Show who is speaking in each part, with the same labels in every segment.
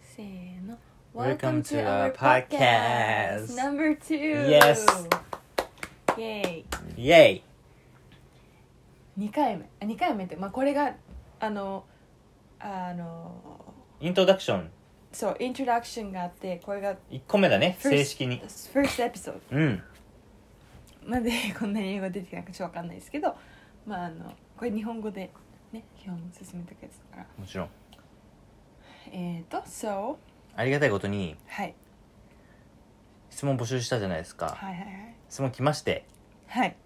Speaker 1: せーの
Speaker 2: Welcome to our podcast.
Speaker 1: Number two
Speaker 2: Yes.
Speaker 1: イェ
Speaker 2: イェイ
Speaker 1: イ2回目あ2回目って、まあ、これがあのあの
Speaker 2: イントロダクション
Speaker 1: そうイントロダクションがあってこれが
Speaker 2: 1個目だね
Speaker 1: first-
Speaker 2: 正式に
Speaker 1: first episode
Speaker 2: うん
Speaker 1: までこんなに英語出てきたかちょっとわかんないですけどまああのこれ日本語でね基本進めたやつだから
Speaker 2: もちろん
Speaker 1: えーと so
Speaker 2: ありがたいことに
Speaker 1: はい
Speaker 2: 質問募集したじゃないですか
Speaker 1: はいはいはい
Speaker 2: 質問来まして
Speaker 1: はい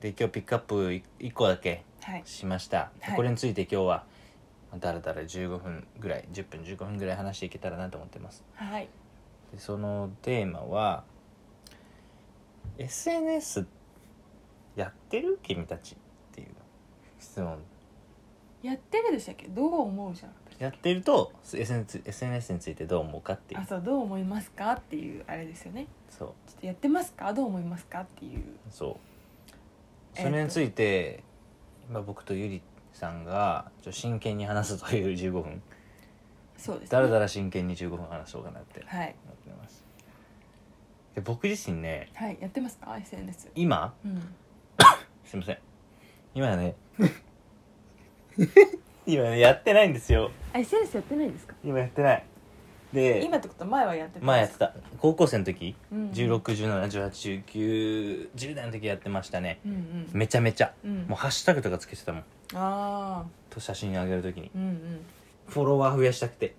Speaker 2: で今日ピックアップ1個だけ
Speaker 1: はい
Speaker 2: しました、で
Speaker 1: はい
Speaker 2: これについて今日はだらだら15分ぐらい10分15分ぐらい話していけたらなと思ってます
Speaker 1: はい
Speaker 2: でそのテーマは SNS やってる君たちっていう質問
Speaker 1: やってるでしたっけどう思うじゃん
Speaker 2: やってると SNS, SNS についてどう思うかってい
Speaker 1: あ
Speaker 2: う
Speaker 1: そうどう思いますかっていうあれですよね
Speaker 2: そう
Speaker 1: ちょっとやってますかどう思いますかっていう
Speaker 2: そう
Speaker 1: えっ
Speaker 2: そ
Speaker 1: と
Speaker 2: れについて、まあ、僕とゆりさんがちょっと真剣に話すという15分
Speaker 1: そうです
Speaker 2: だらだら真剣に15分話そうかなって
Speaker 1: はい
Speaker 2: 思ってますで僕自身ね
Speaker 1: はいやってますか SNS
Speaker 2: 今
Speaker 1: うん
Speaker 2: すいません 今ね今ねやってないんですよ
Speaker 1: あ SNS やってないんですか
Speaker 2: 今やってないで
Speaker 1: 今ってことは前はやってた
Speaker 2: 前やってた高校生の時
Speaker 1: うん
Speaker 2: 1617181910代の時やってましたね
Speaker 1: うんうん
Speaker 2: めちゃめちゃ
Speaker 1: うん
Speaker 2: もうハッシュタグとかつけてたもん
Speaker 1: ああ
Speaker 2: と写真上げる時に
Speaker 1: うんうん
Speaker 2: フォロワー増やしたくて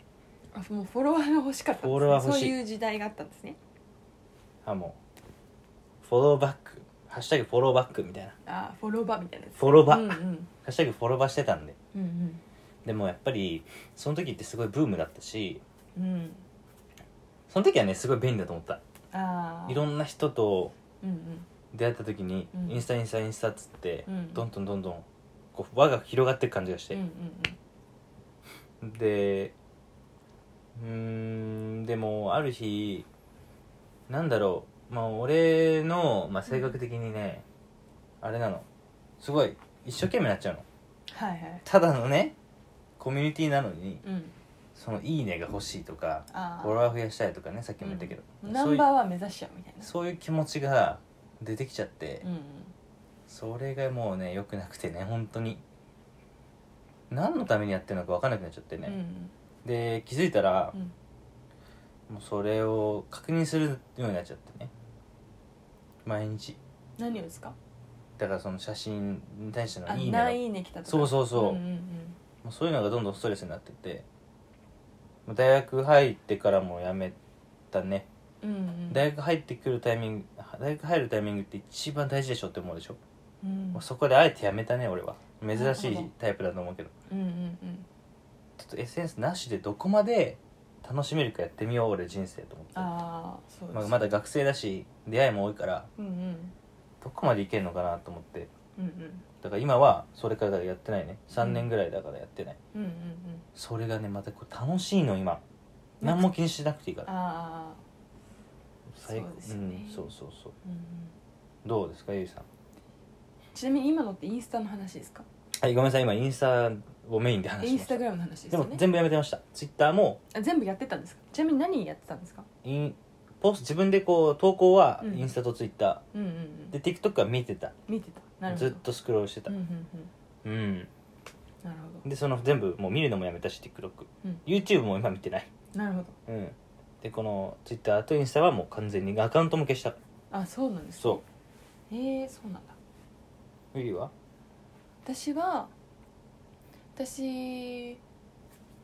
Speaker 1: あもうフォロワーが欲しかったんですね
Speaker 2: フォロワー欲しい
Speaker 1: そういう時代があったんですね
Speaker 2: あもうフォローバックハッシュタグフォローバックみたいな
Speaker 1: あーフォロバみたいなやつ
Speaker 2: フォロバ、
Speaker 1: うんう
Speaker 2: ハ
Speaker 1: ん
Speaker 2: ッシュタグフォロバしてたんで
Speaker 1: うん
Speaker 2: でもやっぱりその時ってすごいブームだったし
Speaker 1: うんうん
Speaker 2: その時はねすごい便利だと思った
Speaker 1: ああ
Speaker 2: いろんな人と
Speaker 1: うんうん
Speaker 2: 出会った時に、
Speaker 1: うん
Speaker 2: インスタインスタインスタっつって、
Speaker 1: うん
Speaker 2: どんどんどんどんこう輪が広がっていく感じがし
Speaker 1: うんう
Speaker 2: て
Speaker 1: ん、
Speaker 2: でうーんでもある日なんだろうまあ俺の、まあ、性格的にね、あれなのすごい一生懸命になっちゃうの
Speaker 1: はいはい
Speaker 2: ただのねコミュニティなのに
Speaker 1: うん
Speaker 2: その「いいね」が欲しいとか
Speaker 1: あ
Speaker 2: フォロ
Speaker 1: あ
Speaker 2: ワー増やしたいとかねさっきも言ったけど、
Speaker 1: ナ
Speaker 2: そう
Speaker 1: ン
Speaker 2: い
Speaker 1: バー
Speaker 2: う
Speaker 1: ワン目指しちゃうみたいな
Speaker 2: そういう気持ちが出てきちゃって、
Speaker 1: うんうん
Speaker 2: それがもうね良くなくてね本当に何のためにやってるのか分かんなくなっちゃって
Speaker 1: うんう
Speaker 2: ね、
Speaker 1: ん
Speaker 2: で気づいたら
Speaker 1: う、ん
Speaker 2: もうそれを確認するようになっちゃってね毎日
Speaker 1: 何をですか
Speaker 2: だからその写真に対しての
Speaker 1: あ
Speaker 2: 「いいねが」
Speaker 1: 何いいね来たとか
Speaker 2: そうそうそう
Speaker 1: うんうん
Speaker 2: もうそういうのがどんどんストレスになっててもう大学入ってからもやめたね
Speaker 1: うんうんうん
Speaker 2: 大学入ってくるタイミング大学入るタイミングって一番大事でしょって思うでしょ、
Speaker 1: うん
Speaker 2: もうそこであえてやめたね俺は
Speaker 1: な
Speaker 2: 珍
Speaker 1: るほ
Speaker 2: し
Speaker 1: ど
Speaker 2: いタイプだと思うけど
Speaker 1: うんうんうん
Speaker 2: ちょっと SNS なしでどこまで楽しめるかやってみよう俺人生と思って、
Speaker 1: ああそうです
Speaker 2: まあ、まだ学生だし出会いも多いから
Speaker 1: うんうん
Speaker 2: どこまでいけるのかなと思って
Speaker 1: うんうん
Speaker 2: だから今はそれからやってないね3年ぐらいだからやってない、
Speaker 1: うんうんうん
Speaker 2: それがねまたこれ楽しいの今何も気にしなくていいから
Speaker 1: ああ
Speaker 2: 最高
Speaker 1: そうですよね
Speaker 2: うん、そうそうそう
Speaker 1: うんうん
Speaker 2: どうですかゆいさん
Speaker 1: ちなみに今のってインスタの話ですか
Speaker 2: はいごめんなさい今インスタをメインで話
Speaker 1: イ
Speaker 2: し
Speaker 1: ン
Speaker 2: ま
Speaker 1: ス
Speaker 2: した
Speaker 1: タグラムの話です
Speaker 2: で
Speaker 1: よ
Speaker 2: も
Speaker 1: ね
Speaker 2: 全部やめてましたツイッターも
Speaker 1: あ全部やってたんですかちなみに何やってたんですか
Speaker 2: インポスト自分でこう投稿は
Speaker 1: うん
Speaker 2: インスタとツイッタ
Speaker 1: うんうんう
Speaker 2: ー、
Speaker 1: ん
Speaker 2: で TikTok は見てた
Speaker 1: 見てたなるほ
Speaker 2: ず
Speaker 1: ど
Speaker 2: っとスクロールしてた
Speaker 1: うんうんうん
Speaker 2: うん、
Speaker 1: なるほ
Speaker 2: でその全部もう見るのもやめたし TikTok、
Speaker 1: うん
Speaker 2: YouTube も今見てない
Speaker 1: どなるほど
Speaker 2: うんでこのツイッターとインスタはもう完全にアカウントも消した
Speaker 1: あそうなんですね
Speaker 2: そ
Speaker 1: へえそうなんだ
Speaker 2: うゆいは
Speaker 1: 私は私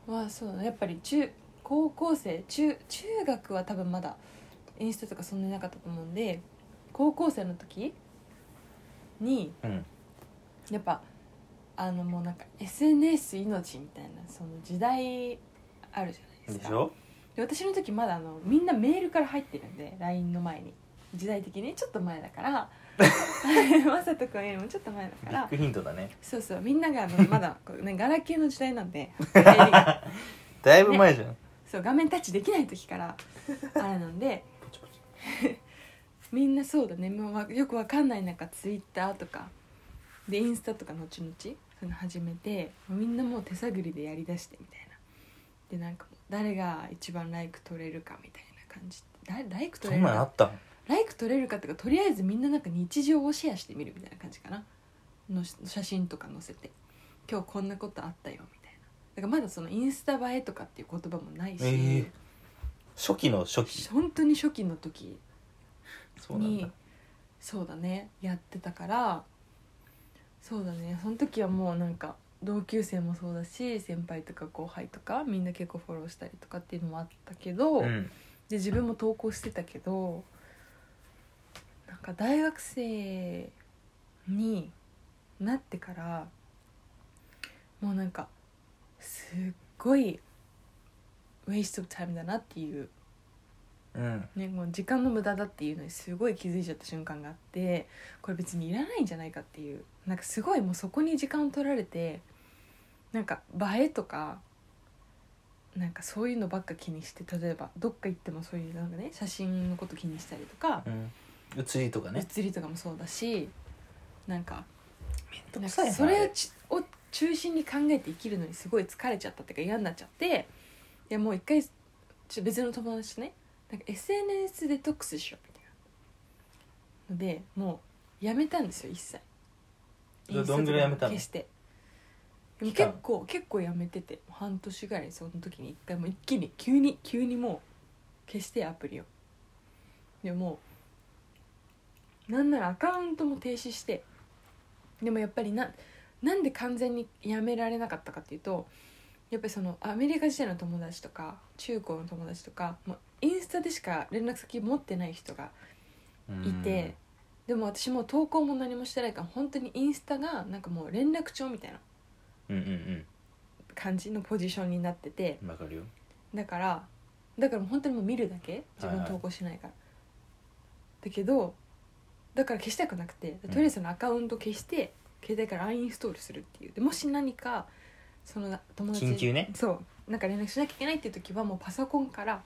Speaker 1: はそうだねやっぱり中高校生中中学は多分まだインスタとかそんなになかったと思うんで高校生の時に
Speaker 2: うん
Speaker 1: やっぱあのもうなんか SNS 命みたいなその時代あるじゃないです
Speaker 2: で
Speaker 1: か
Speaker 2: しょ
Speaker 1: で私の時まだあのみんなメールから入ってるんで LINE の前に時代的にちょっと前だから まさと君よりもちょっと前だ
Speaker 2: ビ
Speaker 1: から
Speaker 2: ッグヒントだね
Speaker 1: そうそうみんながあのまだこう、ね、ガラケーの時代なんで入りが
Speaker 2: だいぶ前じゃん、
Speaker 1: そう画面タッチできない時からあれなんでみんなそうだねもうわよくわかんない中ツイッターとかでインスタとか後々そういうの始めてみんなもう手探りでやりだしてみたいなでなんか誰が一番ライク取れるかみたいな感じだライク取
Speaker 2: そ
Speaker 1: れ
Speaker 2: ん
Speaker 1: る
Speaker 2: なんあ
Speaker 1: か
Speaker 2: ったん
Speaker 1: ライク取れるかっていうかとりあえずみんななんか日常をシェアしてみるみたいな感じかなの写真とか載せて今日こんなことあったよみたいなだからまだそのインスタ映えとかっていう言葉もないし、
Speaker 2: え初期の初期
Speaker 1: 本当に初期の時
Speaker 2: そうなんだ
Speaker 1: にそうだねやってたからそうだねその時はもうなんか同級生もそうだし先輩とか後輩とかみんな結構フォローしたりとかっていうのもあったけど、
Speaker 2: う
Speaker 1: で
Speaker 2: ん
Speaker 1: 自分も投稿してたけどなんか大学生になってからもうなんかすっごいウェイストタイムだなっていう
Speaker 2: うん
Speaker 1: ね、もう時間の無駄だっていうのにすごい気づいちゃった瞬間があってこれ別にいらないんじゃないかっていうなんかすごいもうそこに時間を取られてなんか映えとかなんかそういうのばっか気にして例えばどっか行ってもそういうなんかね写真のこと気にしたりとか、
Speaker 2: うん写りとかね
Speaker 1: 写りとかもそうだしなんか
Speaker 2: めん
Speaker 1: なんかそれをちを中心に考えて生きるのにすごい疲れちゃったっていうか嫌になっちゃっていやもう一回ちょ別の友達とねなんか SNS デトックスしようみたいなのでもうやめたんですよ一切
Speaker 2: どどんぐらいやめたの
Speaker 1: インスタとかも消
Speaker 2: 期
Speaker 1: してで
Speaker 2: 間
Speaker 1: も結構結構やめてて半年ぐらいその時に一回もう一気に急に急にもう消してアプリをでもうなんならアカウントも停止してでもやっぱりななんで完全にやめられなかったかっていうとやっぱりそのアメリカ時代の友達とか中高の友達とかもうインスタでしか連絡先持ってない人がいて、でも私もう投稿も何もしてないから本当にインスタがなんかもう連絡帳みたいな
Speaker 2: うんうんうん
Speaker 1: 感じのポジションになってて
Speaker 2: うんわかるよ
Speaker 1: だからだからもう本当にもう見るだけ自分
Speaker 2: はいはい
Speaker 1: 投稿しないから、だけどだから消したくなくてとりあえずそのアカウント消して、携帯からアンインストールするっていうでもし何かその友達に
Speaker 2: 緊急ね
Speaker 1: そうなんか連絡しなきゃいけないっていう時はもうパソコンから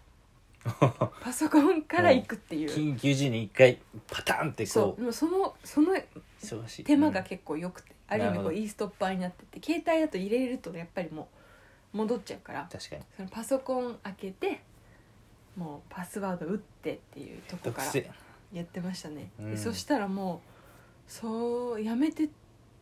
Speaker 1: パソコンから行くっていう
Speaker 2: 緊急時に一回パタンって
Speaker 1: そ
Speaker 2: こ
Speaker 1: うでもそのその
Speaker 2: う忙しい
Speaker 1: 手間が
Speaker 2: うん
Speaker 1: 結構よくて、ある意味
Speaker 2: なる
Speaker 1: こ
Speaker 2: ほ
Speaker 1: う
Speaker 2: ど
Speaker 1: いいストッパーになってて携帯だと入れるとやっぱりもう戻っちゃうから
Speaker 2: 確かに
Speaker 1: そのパソコン開けてもうパスワード打ってっていうとこ
Speaker 2: 特
Speaker 1: から
Speaker 2: 性
Speaker 1: やってましたね、
Speaker 2: うん
Speaker 1: でそしたらもうそうやめて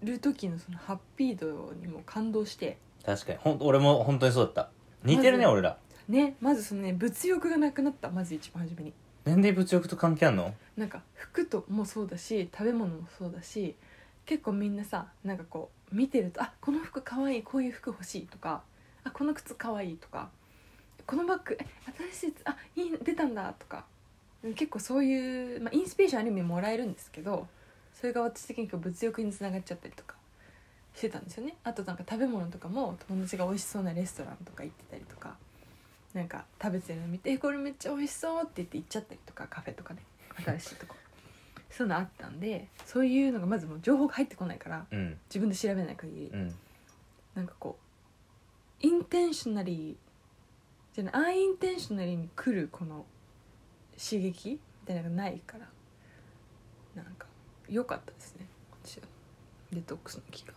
Speaker 1: る時のそのハッピー度にも感動して
Speaker 2: 確かにほん俺も本当にそうだった似てるね
Speaker 1: まず
Speaker 2: 俺ら
Speaker 1: ねまずそのね物欲がなくなったまず一番初めに
Speaker 2: 年齢物欲と関係あんの
Speaker 1: なんか服ともそうだし食べ物もそうだし結構みんなさなんかこう見てると「あこの服かわいいこういう服欲しい」とか「あこの靴かわいい」とか「このバッグえ新しいやつあいい出たんだ」とか結構そういう、まあ、インスピレーションある意味もらえるんですけどそれが私的にこう物欲につながっちゃったりとかしてたんですよねあとなんか食べ物とかも友達が美味しそうなレストランとか行ってたりとかなんか食べてるの見てえ「これめっちゃ美味しそう」って言って行っちゃったりとかカフェとかね新しいとこそういうのあったんでそういうのがまずもう情報が入ってこないから
Speaker 2: うん
Speaker 1: 自分で調べない限り
Speaker 2: うん
Speaker 1: なんかこうインテンショナリーじゃないアンインテンショナリーに来るこの刺激みたいなのがないからなんか良かったですね私はデトックスの期間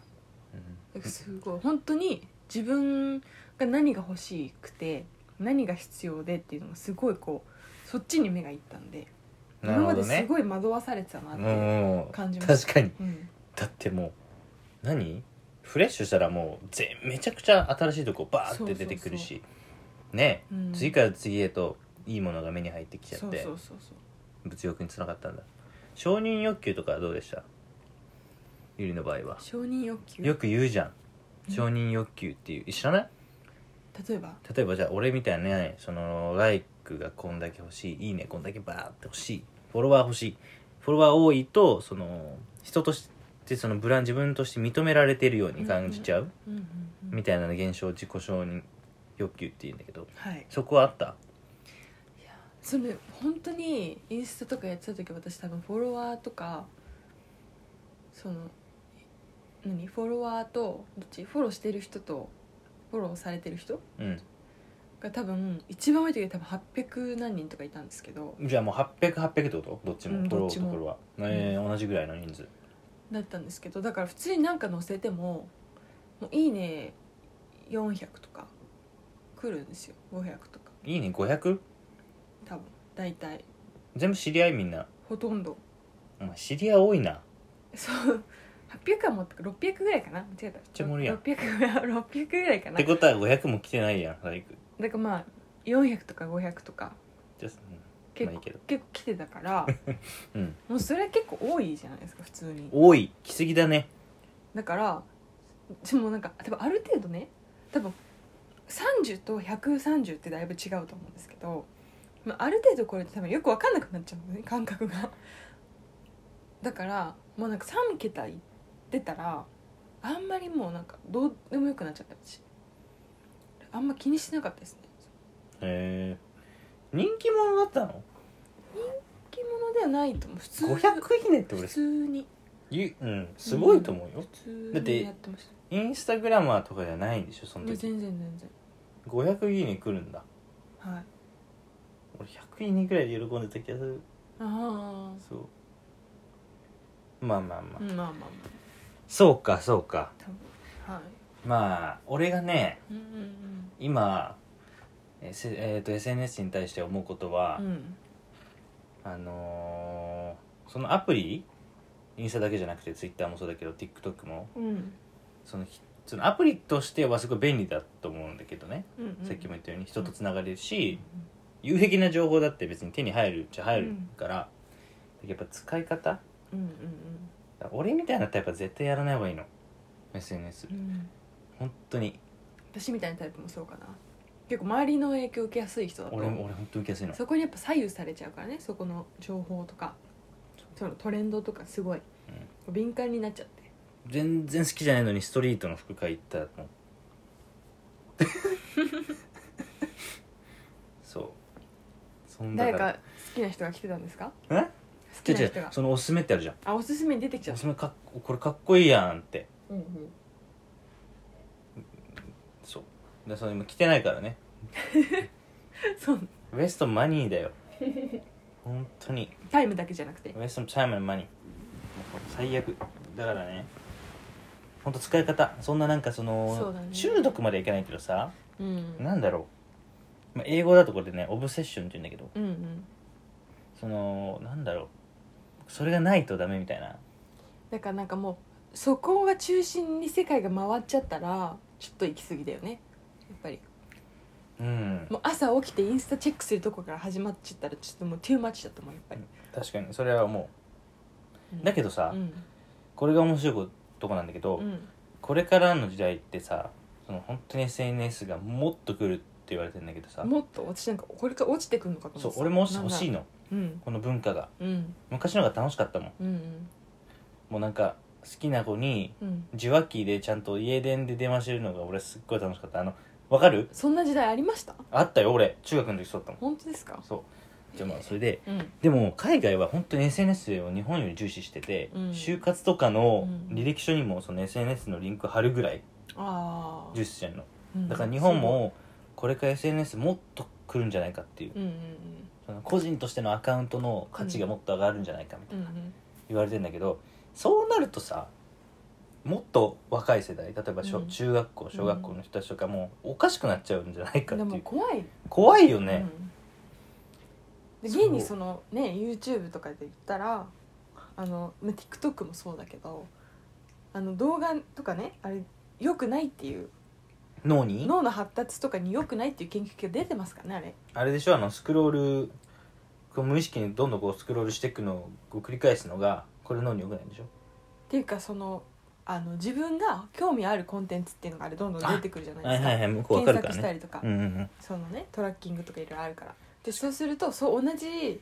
Speaker 2: うん
Speaker 1: だからすごい本当に自分が何が欲しくて何が必要でっていうのがすごいこうそっちに目がいったんで今
Speaker 2: なる
Speaker 1: ま
Speaker 2: ほ
Speaker 1: で
Speaker 2: ど
Speaker 1: す
Speaker 2: ね
Speaker 1: ごい惑わされてたなっていう
Speaker 2: も
Speaker 1: 感じ
Speaker 2: う
Speaker 1: まし
Speaker 2: 確かに
Speaker 1: うん
Speaker 2: だってもう何フレッシュしたらもう全めちゃくちゃ新しいとこバーって出てくるしね
Speaker 1: うん
Speaker 2: 次から次へといいものが目に入ってきちゃ
Speaker 1: そ
Speaker 2: っ
Speaker 1: う
Speaker 2: て
Speaker 1: そうそうそう
Speaker 2: 物欲につながったんだ承認欲求とかはどうでしたゆりの場合は
Speaker 1: 承認欲求
Speaker 2: よく言うじゃ
Speaker 1: うん
Speaker 2: ん承認欲求っていう知らない
Speaker 1: 例えば
Speaker 2: 例えばじゃあ俺みたいなねそのライクがこんだけ欲しいいいねこんだけバーって欲しいフォロワー欲しいフォロワー多いとその人としてそのブラン自分として認められてるように感じちゃう、
Speaker 1: うんうんうん
Speaker 2: みたいな現象自己承認欲求っていうんだけど
Speaker 1: はい
Speaker 2: そこはあった
Speaker 1: それ本当にインスタとかやってた時私多分フォロワーとかその何フォロワーとどっちフォローしてる人とフォローされてる人
Speaker 2: うん
Speaker 1: が多分一番多い時は多分800何人とかいたんですけど
Speaker 2: じゃあもう800800ってことどっちも、
Speaker 1: うん
Speaker 2: フォロ
Speaker 1: どっ
Speaker 2: ー
Speaker 1: ち
Speaker 2: と
Speaker 1: も
Speaker 2: フォロワー、えー同じぐらいの人数
Speaker 1: だったんですけどだから普通に何か載せても「もういいね400」とか来るんですよ500とか
Speaker 2: いいね 500?
Speaker 1: 多分大体
Speaker 2: 全部知り合いみんな
Speaker 1: ほとんど
Speaker 2: お前知り合い多いな
Speaker 1: そう800は持ってく600ぐらいかな間違えためっ
Speaker 2: ちゃ盛りやん
Speaker 1: 600ぐらい600ぐらいか
Speaker 2: っ
Speaker 1: な
Speaker 2: てことは500も来てないやんライク
Speaker 1: だからまあ400とか500とか
Speaker 2: じゃあうん
Speaker 1: 結
Speaker 2: まあいい
Speaker 1: 構
Speaker 2: けど
Speaker 1: 結構来てたから
Speaker 2: うん
Speaker 1: もうそれは結構多いじゃないですか普通に
Speaker 2: 多い来すぎだね
Speaker 1: だからでもなんか多分ある程度ね多分30と130ってだいぶ違うと思うんですけど、まあ、ある程度これって多分よく分かんなくなっちゃうのね感覚がだからもうなんか3桁いってたらあんまりもうなんかどうでもよくなっちゃったしあんま気にしなかったですね
Speaker 2: へえ人気者だったの
Speaker 1: 人気者ではないと思う普通
Speaker 2: ?500 いいねって
Speaker 1: 普
Speaker 2: 俺
Speaker 1: 通に
Speaker 2: ゆうんすごいと思うよ、
Speaker 1: 普通
Speaker 2: だって
Speaker 1: にやってまし
Speaker 2: インスタグラマーとかじゃないんでしょそ
Speaker 1: た
Speaker 2: の
Speaker 1: いや
Speaker 2: 時
Speaker 1: 全然全然
Speaker 2: 500いいね来るんだ
Speaker 1: はい
Speaker 2: 俺100いいねぐらいで喜んでた気がする
Speaker 1: あ
Speaker 2: そうまあまあま
Speaker 1: あま
Speaker 2: あ、
Speaker 1: あまあまあ
Speaker 2: そうかそうか
Speaker 1: 多分はい
Speaker 2: まあ俺がね
Speaker 1: うんうん
Speaker 2: 今えせえーと SNS に対して思うことは、
Speaker 1: うんうん
Speaker 2: あのーそのアプリインスタだけじゃなくて Twitter もそうだけど TikTok も
Speaker 1: うん
Speaker 2: そのひそのアプリとしてはすごい便利だと思うんだけどね、
Speaker 1: うん
Speaker 2: さっきも言ったように人とつながれるし、有益な情報だって別に手に入るっちゃ入るから、やっぱ使い方
Speaker 1: うんうん
Speaker 2: 俺みたいなタイプは絶対やらない方がいいの SNS
Speaker 1: うんうん
Speaker 2: 本当に
Speaker 1: 私みたいなタイプもそうかな結構周りの影響受けやすい人だと
Speaker 2: 俺も俺本当に受けやすいの
Speaker 1: そこにやっぱ左右されちゃうからねそこの情報とかそのトレンドとかすごい、敏感になっちゃって
Speaker 2: 全然好きじゃないのにストリートの服買い行ったらも うそうそん
Speaker 1: 誰か好きな人が来てたんですか
Speaker 2: え
Speaker 1: 好き
Speaker 2: 違う違
Speaker 1: な
Speaker 2: う
Speaker 1: 人が
Speaker 2: そのおすすめってあるじゃん
Speaker 1: あおすすめに出てきちゃ
Speaker 2: お
Speaker 1: った
Speaker 2: すすめかっここれかっこいいやんって
Speaker 1: うんうん
Speaker 2: そうでそれ今着てないからね
Speaker 1: そう
Speaker 2: ウエストマニー だよ本当に
Speaker 1: タイムだけじゃなくて
Speaker 2: ウエストチャイムのマニーもう最悪だからね本当使い方そんななんかそ
Speaker 1: そ
Speaker 2: の
Speaker 1: うだね
Speaker 2: 中毒まではいけないけどさ
Speaker 1: うん
Speaker 2: なんだろう、まあ、英語だとこれねオブセッションって言うんだけど
Speaker 1: うんうん
Speaker 2: そのなんだろうそれがないとダメみたいな
Speaker 1: だからなんかもうそこが中心に世界が回っちゃったらちょっと行き過ぎだよねやっぱり
Speaker 2: うん
Speaker 1: もう朝起きてインスタチェックするとこから始まっちゃったらちょっともうトゥーマッチだと思うやっぱり、
Speaker 2: 確かにそれはも
Speaker 1: うん
Speaker 2: うだけどさ、
Speaker 1: うん
Speaker 2: これが面白いとこなんだけど、
Speaker 1: うん
Speaker 2: これからの時代ってさその本当に SNS がもっと来るって言われてんだけどさ
Speaker 1: もっと私なんかこれから落ちてくるのかと思
Speaker 2: そう
Speaker 1: ってた
Speaker 2: 俺も欲しい
Speaker 1: なんだ
Speaker 2: の
Speaker 1: うん
Speaker 2: この文化が
Speaker 1: うん
Speaker 2: 昔の方が楽しかったもん
Speaker 1: うん
Speaker 2: もうなんか好きな子に
Speaker 1: うんうん
Speaker 2: 受話器でちゃんと家電で電話してるのが俺すっごい楽しかったあのわかる
Speaker 1: そんな時代ありました
Speaker 2: あったよ俺中学の時そうだったも
Speaker 1: 本当ですか
Speaker 2: んそうじゃあまあそれで
Speaker 1: うん
Speaker 2: でも海外は本当に SNS を日本より重視してて、
Speaker 1: うん
Speaker 2: 就活とかの
Speaker 1: うん
Speaker 2: 履歴書にもその SNS のリンク貼るぐらい
Speaker 1: あ
Speaker 2: 重視してんの
Speaker 1: あ
Speaker 2: だから日本もこれから SNS もっと来るんじゃないかっていう
Speaker 1: うんうん
Speaker 2: その個人としてのアカウントの価値がもっと上がるんじゃないかみた
Speaker 1: う
Speaker 2: い
Speaker 1: んう
Speaker 2: なん
Speaker 1: うん
Speaker 2: 言われてんだけどそうなるとさもっと若い世代例えば小、
Speaker 1: うん
Speaker 2: 中学校小学校の人たちとかもうおかしくなっちゃうんじゃないかって
Speaker 1: で
Speaker 2: い
Speaker 1: も
Speaker 2: う
Speaker 1: 怖い
Speaker 2: 怖いよね、
Speaker 1: うん、で
Speaker 2: そう
Speaker 1: 現にそのね YouTube とかで言ったらあの、まあ、TikTok もそうだけどあの動画とかねあれ良くないっていう
Speaker 2: 脳に
Speaker 1: 脳の発達とかに良くないっていう研究が出てますからねあれ
Speaker 2: あれでしょあのスクロールこう無意識にどんどんこうスクロールしていくのをこう繰り返すのがこれ脳に良くないんでしょ
Speaker 1: っていうかそのあの自分が興味あるコンテンツっていうのがあれどんどん出てくるじゃないですか、
Speaker 2: はい向こう分か
Speaker 1: 検索
Speaker 2: るから
Speaker 1: した
Speaker 2: ね
Speaker 1: りとか、
Speaker 2: うんうんうん
Speaker 1: そのねトラッキングとかいろいろあるからでそうするとそう同じ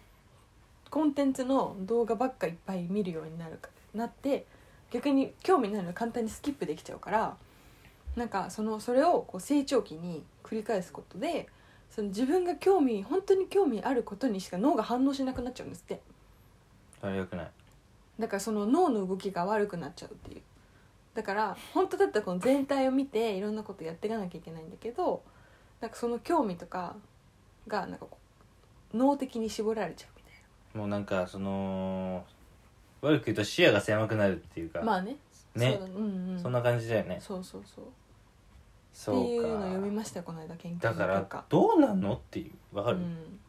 Speaker 1: コンテンツの動画ばっかいっぱい見るようになるかなって逆に興味ないの簡単にスキップできちゃうからなんかそのそれをこう成長期に繰り返すことでその自分が興味本当に興味あることにしか脳が反応しなくなっちゃうんですって
Speaker 2: あれ良くない
Speaker 1: だからその脳の動きが悪くなっちゃうっていうだから本当だったらこの全体を見ていろんなことやっていかなきゃいけないんだけどなんかその興味とかがなんかこう脳的に絞られちゃうみたい
Speaker 2: もうなんかその悪く言うと視野が狭くなるっていうか
Speaker 1: なまあね
Speaker 2: ね
Speaker 1: そうだうんうん
Speaker 2: そんな感じだよね
Speaker 1: そうそうそうて
Speaker 2: そうか
Speaker 1: いうのを読みましたよこの間研究
Speaker 2: だ
Speaker 1: の
Speaker 2: か
Speaker 1: 結
Speaker 2: ら
Speaker 1: 果
Speaker 2: どうなんのっていうわか
Speaker 1: う
Speaker 2: る、
Speaker 1: ん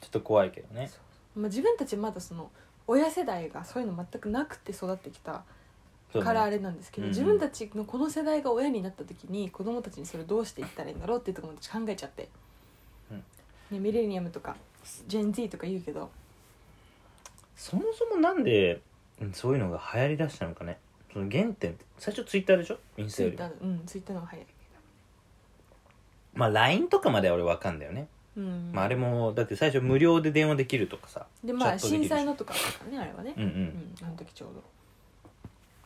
Speaker 2: ちょっと怖いけどね
Speaker 1: まあ、自分たちまだその親世代がそういうの全くなくて育ってきた
Speaker 2: そうね
Speaker 1: からあれなんですけど、
Speaker 2: うん
Speaker 1: 自分たちのこの世代が親になった時に子供たちにそれどうしていったらいいんだろうっていうところまで考えちゃって、
Speaker 2: うん
Speaker 1: ね、ミレニアムとかジェン Z とか言うけど
Speaker 2: そもそもなんでうんそういうのが流行りだしたのかねその原点最初ツイッターでしょインスタ
Speaker 1: ツイ
Speaker 2: よ
Speaker 1: ッ
Speaker 2: り
Speaker 1: ターうんツイッターの方が早い、
Speaker 2: まあ LINE とかまでは俺わかんだよね、
Speaker 1: うん
Speaker 2: まああれもだって最初無料で電話できるとかさ
Speaker 1: でまあ
Speaker 2: チャットでき
Speaker 1: 震
Speaker 2: るし
Speaker 1: 災のとかだからねあれはね、
Speaker 2: うん
Speaker 1: うんあの時ちょうど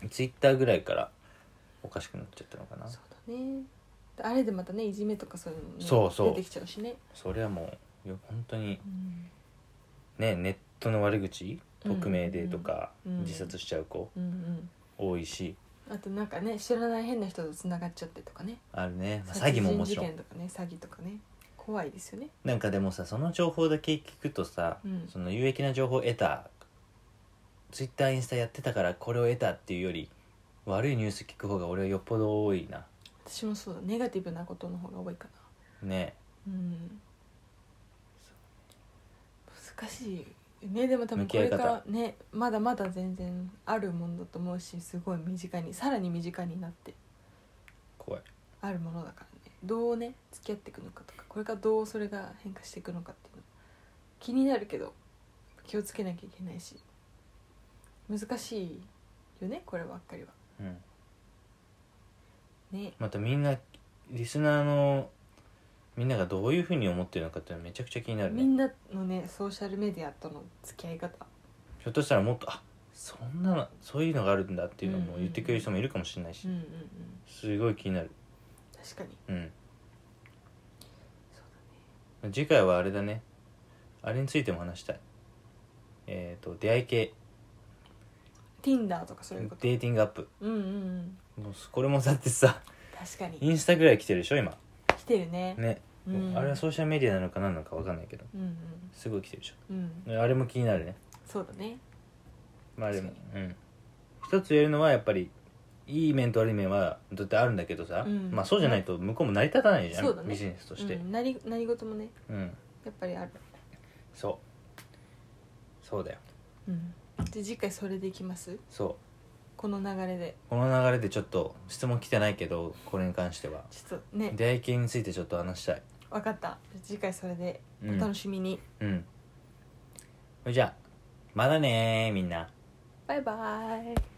Speaker 2: うんツイッターぐらいからおかしくなっちゃったのかな
Speaker 1: そうだねであれでまたねいじめとかそういうのもね、
Speaker 2: そうそう
Speaker 1: 出てきちゃうしね、
Speaker 2: それはもういや本当に
Speaker 1: うん
Speaker 2: ねネットの悪口
Speaker 1: うん
Speaker 2: 匿名でとか、
Speaker 1: うん
Speaker 2: 自殺しちゃう子
Speaker 1: うんうん
Speaker 2: 多いし
Speaker 1: あとなんかね知らない変な人とつながっちゃってとかね
Speaker 2: あるね、まあ、詐
Speaker 1: 殺
Speaker 2: 欺
Speaker 1: 人
Speaker 2: ももちろ
Speaker 1: 事
Speaker 2: ん
Speaker 1: 件とかね詐欺とかね怖いですよね
Speaker 2: なんかでもさその情報だけ聞くとさ、
Speaker 1: うん
Speaker 2: その有益な情報を得たツイッターインスタやってたからこれを得たっていうより悪いニュース聞く方が俺はよっぽど多いな
Speaker 1: 私もそうだネガティブなことの方が多いか
Speaker 2: ね
Speaker 1: なうん難しいねでも多分
Speaker 2: 向
Speaker 1: こ
Speaker 2: き合
Speaker 1: れ
Speaker 2: い
Speaker 1: か
Speaker 2: 方
Speaker 1: らねまだまだ全然あるものだと思うしすごい身近にさらに身近になって
Speaker 2: 怖い
Speaker 1: あるものだからねどうね付き合っていくのかとかこれからどうそれが変化していくのかっていうの気になるけど気をつけなきゃいけないし難しいよねこればっかりは
Speaker 2: うん
Speaker 1: ね
Speaker 2: またみんなリスナーのみんながどういうふうに思ってるのかっていうのめちゃくちゃ気になる
Speaker 1: み
Speaker 2: ね
Speaker 1: んなのねソーシャルメディアとの付き合い方
Speaker 2: ひょっとしたらもっとあそんなのそういうのがあるんだっていうのも言ってくれる人もいるかもしれないし、
Speaker 1: うんうんうん
Speaker 2: すごい気になる
Speaker 1: 確かに
Speaker 2: うん
Speaker 1: そう
Speaker 2: 次回はあれだねあれについても話したいえっ、と出会い系
Speaker 1: だね Tinder とかそういうこと
Speaker 2: デーティングアップ
Speaker 1: うんうんうん
Speaker 2: もうこれもだってさ
Speaker 1: 確かに
Speaker 2: インスタぐらい来てるでしょ今
Speaker 1: 来てるね
Speaker 2: ね、
Speaker 1: うん
Speaker 2: あれはソーシャルメディアなのか何なのか分かんないけど
Speaker 1: うんうん
Speaker 2: すごい来てるでし
Speaker 1: うん
Speaker 2: ょあれも気になるね
Speaker 1: そうだね
Speaker 2: まあでも
Speaker 1: 確
Speaker 2: うん一つ言えるのはやっぱりいい面と悪い面はだってあるんだけどさ、
Speaker 1: うん
Speaker 2: まあそうじゃないと向こうも成り立たないじゃん、
Speaker 1: そうだね
Speaker 2: ビジネスとして
Speaker 1: うん何何事もね
Speaker 2: うん、
Speaker 1: やっぱりある
Speaker 2: そうそうだよ
Speaker 1: うんで次回それでいきます
Speaker 2: そう
Speaker 1: この流れで
Speaker 2: この流れでちょっと質問来てないけどこれに関しては
Speaker 1: ちょっとね
Speaker 2: 出会い系についてちょっと話したい
Speaker 1: 分かった次回それで
Speaker 2: う
Speaker 1: お楽
Speaker 2: ん、
Speaker 1: しみに、
Speaker 2: うん、それじゃあまだねーみんな
Speaker 1: バイバイ